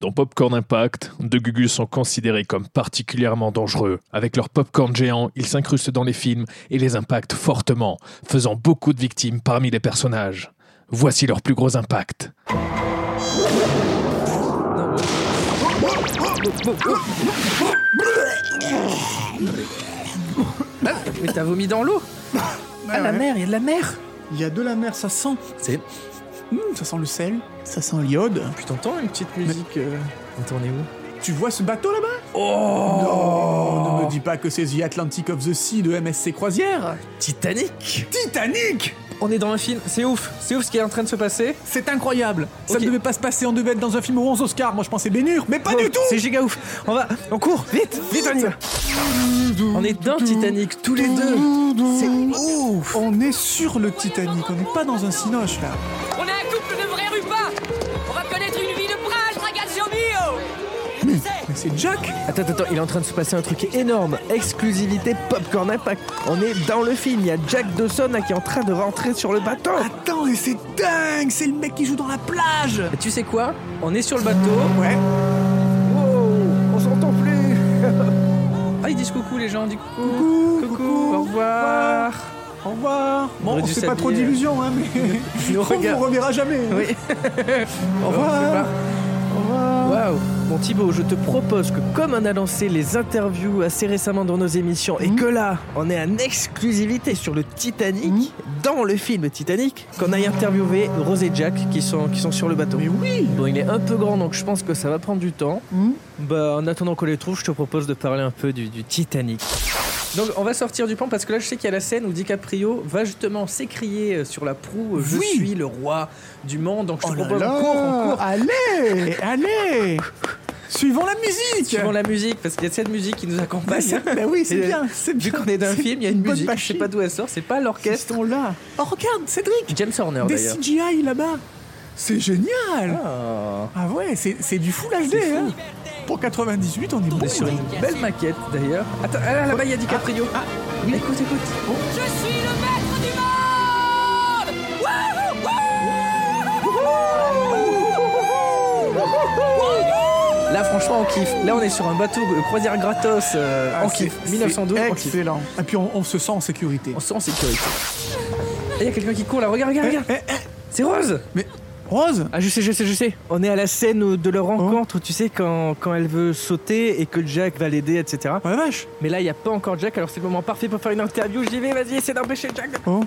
Dans Popcorn Impact, deux Gugus sont considérés comme particulièrement dangereux. Avec leur popcorn géant, ils s'incrustent dans les films et les impactent fortement, faisant beaucoup de victimes parmi les personnages. Voici leurs plus gros impacts. Mais t'as vomi dans l'eau Ah la mer, il y a de la mer Il y a de la mer, ça sent. C'est... Hmm, ça sent le sel, ça sent l'iode. Puis t'entends une petite musique... euh, Attends, on est où Tu vois ce bateau là-bas Oh Non, ne me dis pas que c'est The Atlantic of the Sea de MSC Croisière Titanic Titanic On est dans un film, c'est ouf C'est ouf ce qui est en train de se passer C'est incroyable Ça Ok. ne devait pas se passer, on devait être dans un film aux 11 Oscars, moi je pensais Bénur, mais pas Oh, du tout C'est giga ouf On va, on court, vite, vite on y va On est dans Titanic, tous les deux C'est ouf On est sur le Titanic, on n'est pas dans un cinoche là. On est un couple de vrais rupas On va connaître une vie de brage, ragazzo mio Mais c'est Jack Attends, attends, il est en train de se passer un truc énorme Exclusivité Popcorn Impact On est dans le film, il y a Jack Dawson là, qui est en train de rentrer sur le bateau Attends, et c'est dingue C'est le mec qui joue dans la plage Et tu sais quoi On est sur le bateau, Ouais, Wow, on s'entend plus Ah, ils disent coucou les gens, ils disent coucou Coucou, Coucou, coucou, au revoir au revoir On Bon, aurait on dû se fait pas trop s'habiller. euh, d'illusions, hein, mais Nos on ne regards. reverra jamais Oui. Au revoir Au revoir Waouh Bon Thibaut, je te propose que comme on a lancé les interviews assez récemment dans nos émissions Mhm. et que là, on est en exclusivité sur le Titanic, Mhm. dans le film Titanic, qu'on aille interviewer Rose et Jack qui sont, qui sont sur le bateau. Mais oui Bon, il est un peu grand, donc je pense que ça va prendre du temps. Hmm. Bah, en attendant qu'on les trouve, je te propose de parler un peu du, du Titanic. Donc, on va sortir du pan parce que là, je sais qu'il y a la scène où DiCaprio va justement s'écrier euh, sur la proue euh, Je Oui. suis le roi du monde. Donc, je te Oh là propose là on court, on court. Allez Allez Suivons la musique Suivant la musique, parce qu'il y a cette musique qui nous Bah, accompagne. c'est- bah oui, c'est Et, euh, bien, c'est bien. Vu qu'on est d'un C'est film, il y a une bonne musique, je sais machine. pas d'où elle sort, c'est pas Ils l'orchestre. sont là. Oh, regarde, Cédric James Horner Des d'ailleurs. CGI là-bas C'est génial Ah. Ah ouais, c'est c'est du full HD C'est fou. hein. Pour 98, on est On bon est sur là. une belle maquette d'ailleurs. Attends, ah, là-bas il y a DiCaprio. Ah, Écoute, écoute. Je suis le maître du monde Wouhou, wouhou. Là, franchement, on kiffe. Là, on est sur un bateau euh, croisière gratos euh, Ah, on c'est- kiffe. c'est 1912, on kiffe. Excellent. Et puis on, on se sent en sécurité. On se sent en sécurité. Ah, Il y a quelqu'un qui court là, regarde, regarde, Eh, regarde. eh, eh, C'est Rose mais Rose Ah, je sais, je sais, je sais. On est à la scène où- de leur rencontre, tu sais, quand, quand elle veut sauter et que Jack va l'aider, etc. Oh la vache Mais là, il n'y a pas encore Jack, alors c'est le moment parfait pour faire une interview. J'y vais, vas-y, essaie d'empêcher Jack. de- Oh.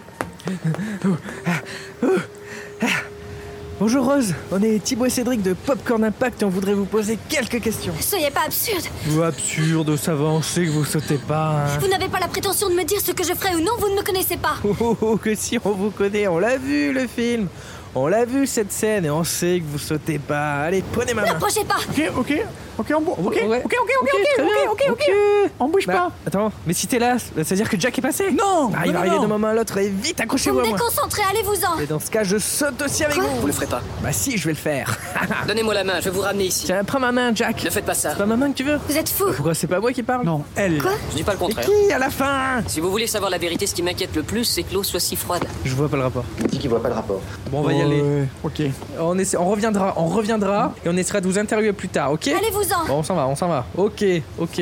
Bonjour Rose, on est Thibaut et Cédric de Popcorn Impact et on voudrait vous poser quelques questions. Soyez pas absurde absurde, ça va, on sait que vous sautez pas. hein. Vous n'avez pas la prétention de me dire ce que je ferai ou non, vous ne me connaissez pas Oh, oh, oh, que si on vous connaît, on l'a vu le film, on l'a vu cette scène et on sait que vous sautez pas. Allez, prenez ma main. N'approchez pas Ok, ok, ok, on bouge. Ok, Ouais. ok, ok, ok, Ok, ok, très bien. ok, ok, ok. On bouge Bah, pas. Attends, mais si t'es là, c'est-à-dire que Jack est passé Non Ah, il non, va arriver non. d'un moment à l'autre et vite, Vous accrochez-vous à me moi. déconcentrez, allez-vous-en Et dans ce cas, je saute aussi avec Quoi vous. Vous le ferez pas. Bah si, je vais le faire. Ah, Donnez-moi la main, je vais vous ramener ici. Tiens, prends ma main, Jack. Ne faites pas ça. Pas ma main que tu veux Vous êtes fou Pourquoi c'est pas moi qui parle Non, elle. Quoi Je dis pas le Et contraire. qui à la fin Si vous voulez savoir la vérité, ce qui m'inquiète le plus, c'est que l'eau soit si froide. Je vois pas le rapport. dit qu'il voit pas le rapport. Bon, on va Euh. y aller. Ouais, Ok. On, essaie- on reviendra, on reviendra et on essaiera de vous interviewer plus tard, ok Allez-vous-en Bon, on s'en va, on s'en va. Ok, ok.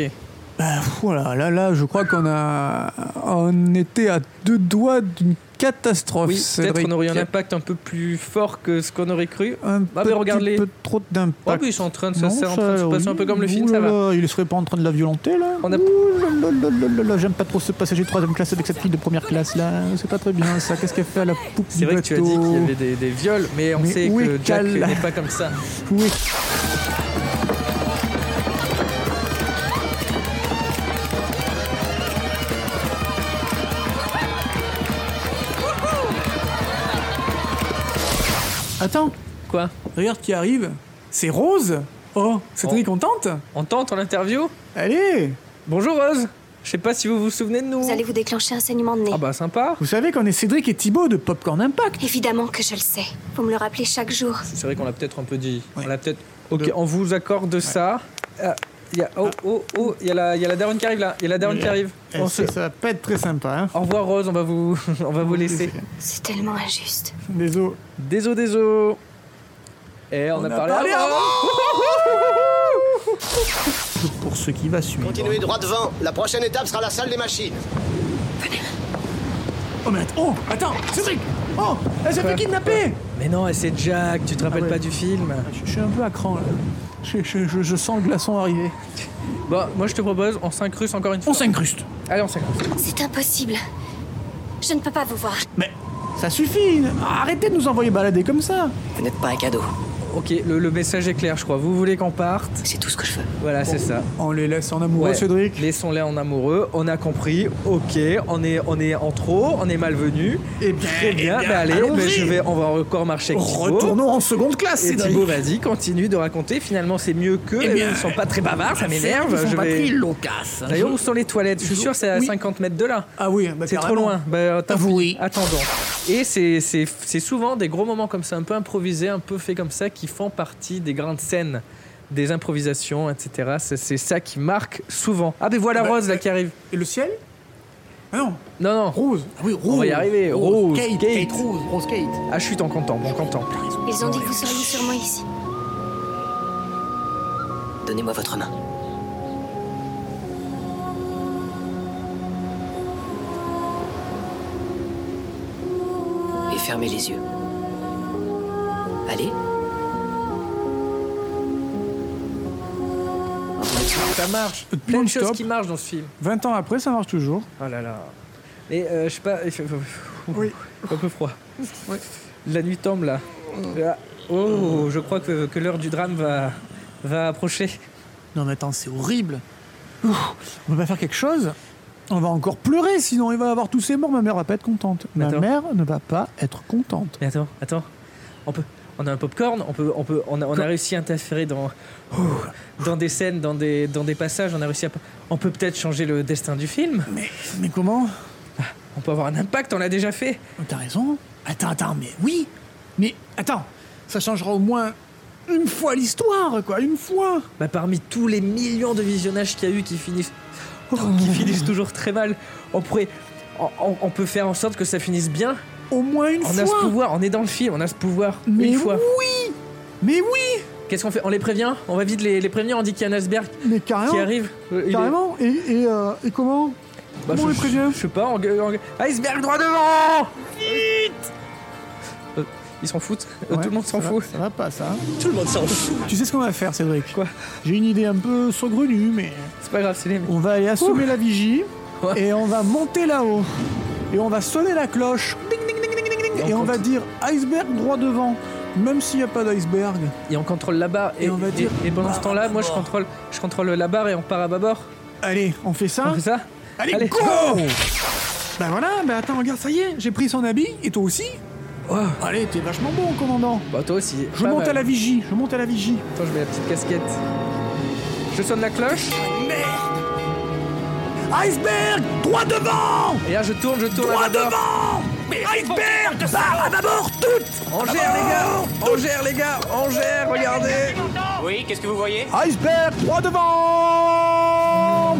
Bah voilà, là, là, je crois qu'on a. On était à deux doigts d'une catastrophe. Oui, Cédric. peut-être qu'on aurait eu un impact un peu plus fort que ce qu'on aurait cru. Un Ah, petit mais regardez. peu trop Oh, d'impact. puis ils sont en train de se, Ah, Non, c'est en train de se passer un peu oui. comme le film, Ouh ça là va. là, Il serait pas en train de la violenter là On a- Ouh là là là là là, J'aime pas trop ce passager de troisième classe avec cette fille de première classe là. C'est pas très bien ça. Qu'est-ce qu'elle fait à la poupe C'est vrai que tu as dit qu'il y avait des, des viols, mais on Mais sait où que est Jack Cal n'est pas comme ça. Oui. Attends, Quoi regarde qui arrive. C'est Rose Oh, Cédric, on tente On tente, on l'interview Allez Bonjour Rose Je sais pas si vous vous souvenez de nous. Vous allez vous déclencher un saignement de nez. Ah bah sympa Vous savez qu'on est Cédric et Thibaut de Popcorn Impact Évidemment que je le sais. Vous me le rappelez chaque jour. C'est vrai qu'on l'a peut-être un peu dit. Ouais. On l'a peut-être. Ok, De- on vous accorde ça. Ah, il y a... Oh, oh, oh, il y, a la- il y a la daronne qui arrive là. Il y a la daronne qui arrive. Eh, On ça, se- ça va pas être très sympa, hein Au revoir Rose, on va vous, on va vous laisser. C'est tellement injuste. Désolé. Désolé, désolé. Et on, a, parlé, avant. pour ce qui va suivre. Continuez droit devant. La prochaine étape sera la salle des machines. Oh, mais attends, oh, attends, Cédric Oh, elle s'est fait kidnapper Mais non, c'est Jack, tu te rappelles Ah ouais. pas du film je, je suis un peu à cran, là. Je, je- je- je sens le glaçon arriver. Bon, moi je te propose, on s'incruste encore une fois. On s'incruste. Allez, on s'incruste. C'est impossible. Je ne peux pas vous voir. Mais ça suffit Arrêtez de nous envoyer balader comme ça Vous n'êtes pas un cadeau. Ok, le, le message est clair, je crois. Vous voulez qu'on parte C'est tout ce que je veux. Voilà, c'est ça. On les laisse en amoureux, Ouais. Cédric. Laissons-les en amoureux, on a compris, ok, on est, on est en trop, on est malvenu. Eh bien, Très eh bien, bien, bah allez, allons-y. bah je vais, on va encore marcher avec Thibaut. Retournons en seconde classe, Et Cédric Thibaut, vas-y, continue de raconter. Finalement, c'est mieux qu'eux. Eh bien, ils sont pas très bavards, ça Ils m'énerve. sont Je pas pris, vais... ils l'ont casse. D'ailleurs, où sont les toilettes Je suis sûr, c'est à Oui. 50 mètres de là. Ah oui, bah C'est trop carrément. loin. Bah, tant pis. Avouez. Attendons. Et c'est- c'est c'est souvent des gros moments comme ça, un peu improvisés, un peu faits comme ça, qui font partie des grandes scènes, des improvisations, etc. C'est- C'est ça qui marque souvent. Ah, mais voilà Bah, Rose là euh, qui arrive. Et le ciel Ah non, Non, non. rose. Ah oui, rose. On va y arriver. Rose, Kate, Kate. Kate, rose, rose, Kate. Ah, je suis en content, bon content. Ils ont dit que vous seriez sûrement ici. Donnez-moi votre main. Et fermez les yeux. Allez. Ça marche. Plein Non, de choses stop. qui marchent dans ce film. 20 ans après, ça marche toujours. Oh là là. Et euh, je sais pas. il fait- Oui. Un peu froid. La nuit tombe là. Ah, Oh, je crois que, que l'heure du drame va, va approcher. Non mais attends, c'est horrible. Ouh, on va faire quelque chose On va encore pleurer, sinon il va avoir tous ses morts. Ma mère va pas être contente. Ma Attends. mère ne va pas être contente. Mais attends, attends. On peut. On a un popcorn, on peut, on peut, on a, on a réussi à interférer dans, ouh, dans des scènes, dans des, dans des passages. On a réussi à. On peut peut-être changer le destin du film. Mais comment Oh, On peut avoir un impact. On l'a déjà fait. T'as raison. Attends, attends, mais oui. Mais attends, ça changera au moins une fois l'histoire, quoi. Une fois. Bah, parmi tous les millions de visionnages qu'il y a eu qui finissent, oh, qui finissent toujours très mal, on pourrait, on, on- on peut faire en sorte que ça finisse bien. Au moins une On fois. a ce pouvoir, on est dans le film, on a ce pouvoir mais une fois. oui. Mais oui. Qu'est-ce qu'on fait On les prévient On va vite les, les prévenir. On dit qu'il y a un iceberg Mais qui carrément. arrive. Euh, il est- Ah Carrément. Et, et, euh, et comment Bah, Comment on je- les prévient Je sais pas. on gueule- on gueule- Iceberg droit devant Vite Euh, Ils s'en foutent. Euh, Ouais, Tout le monde s'en ça va- fout. Ça va pas, ça. hein. Tout le monde s'en fout. Tu sais ce qu'on va faire, Cédric Quoi J'ai une idée un peu saugrenue, mais C'est pas grave, c'est les. on va aller assommer la vigie Ouais. et on va monter là-haut et on va sonner la cloche Ding, ding, ding, ding, ding, ding. Et et on on va compte. dire iceberg droit devant, même s'il n'y a pas d'iceberg. Et on contrôle la barre. Et on va dire, Et, pendant ce bah, temps-là, moi je bah. contrôle, je contrôle la barre et on part à bâbord. Allez, on fait ça. On fait ça Hein Allez, Allez, go Bah voilà, bah attends, regarde, ça y est, j'ai pris son habit et toi aussi. Ouais. Allez, t'es vachement bon, commandant. Bah toi aussi. Je Pas monte mal. à la vigie, je monte à la vigie. Attends, je mets la petite casquette. Je sonne la cloche. Iceberg droit devant, Et là, je tourne, je tourne. droit à bâbord. devant. Iceberg, barre à bâbord toute. On gère, les gars On gère, les gars On gère, regardez Oui, qu'est-ce que vous voyez Iceberg droit devant.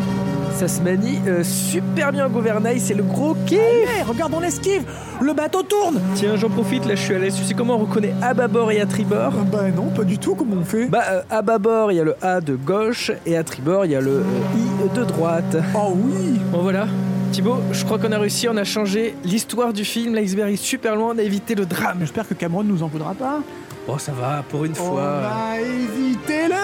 Ça se manie euh, super bien au gouvernail, c'est le gros kiff Hey, Eh, regarde, on esquive Le bateau tourne Tiens, j'en profite, là je suis à l'aise. Tu sais comment on reconnaît à bâbord et à tribord Bah non, pas du tout, comment on fait Bah, euh, à bâbord, il y a le A de gauche et à tribord, il y a le euh, I de droite. Oh oui Bon, voilà. Thibaut, je crois qu'on a réussi, on a changé l'histoire du film. L'iceberg est super loin, on a évité le drame. Ah, J'espère que Cameron nous en voudra pas. Bon, Oh, ça va, pour une On fois. va éviter Vous êtes en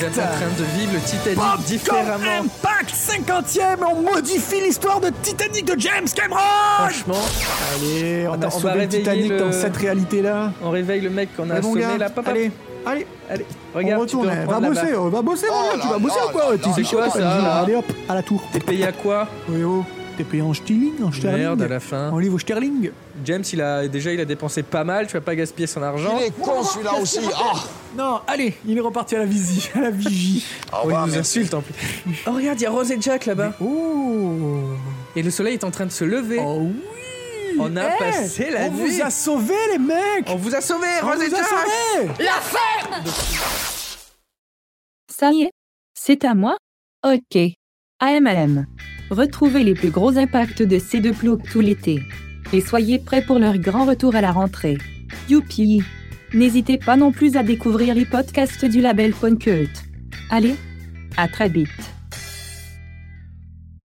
l'impact train de vivre le Titanic Popcorn différemment. Impact 50ème On modifie l'histoire de Titanic de James Cameron Franchement, Allez, on Attends, on a va sauvé le réveiller Titanic le- dans cette réalité-là. on réveille le mec qu'on a Eh, mon assommé gars, là. Papa, allez, allez, allez, on regarde, retourne. tu peux Va reprendre la bosser, barre. euh, va bosser, mon Oh gars, là tu vas là bosser là ou quoi là Tu sais là là là. Allez hop, à la tour. T'es payé à quoi Oui, oh, t'es payé en sterling, en sterling. Merde, à la fin. En livre sterling. James, il a déjà il a dépensé pas mal, tu vas pas gaspiller son argent. Il est con celui-là aussi. Ah Non, allez, il est reparti à la vigie, à la vigie. Au Oh, il revoir, nous merci. insulte en plus. Oh regarde, il y a Rose et Jack là-bas. Oh, Et le soleil est en train de se lever. oh oui. On a Eh, passé la On nuit. vous a sauvé les mecs. On vous a sauvés, On Rose et vous a Jack sauvés. Ça y est, c'est à moi Ok. AMM. Retrouvez les plus gros impacts de ces deux ploucs tout l'été. Et soyez prêts pour leur grand retour à la rentrée. Youpi N'hésitez pas non plus à découvrir les podcasts du label Punkelt. Allez, À très vite.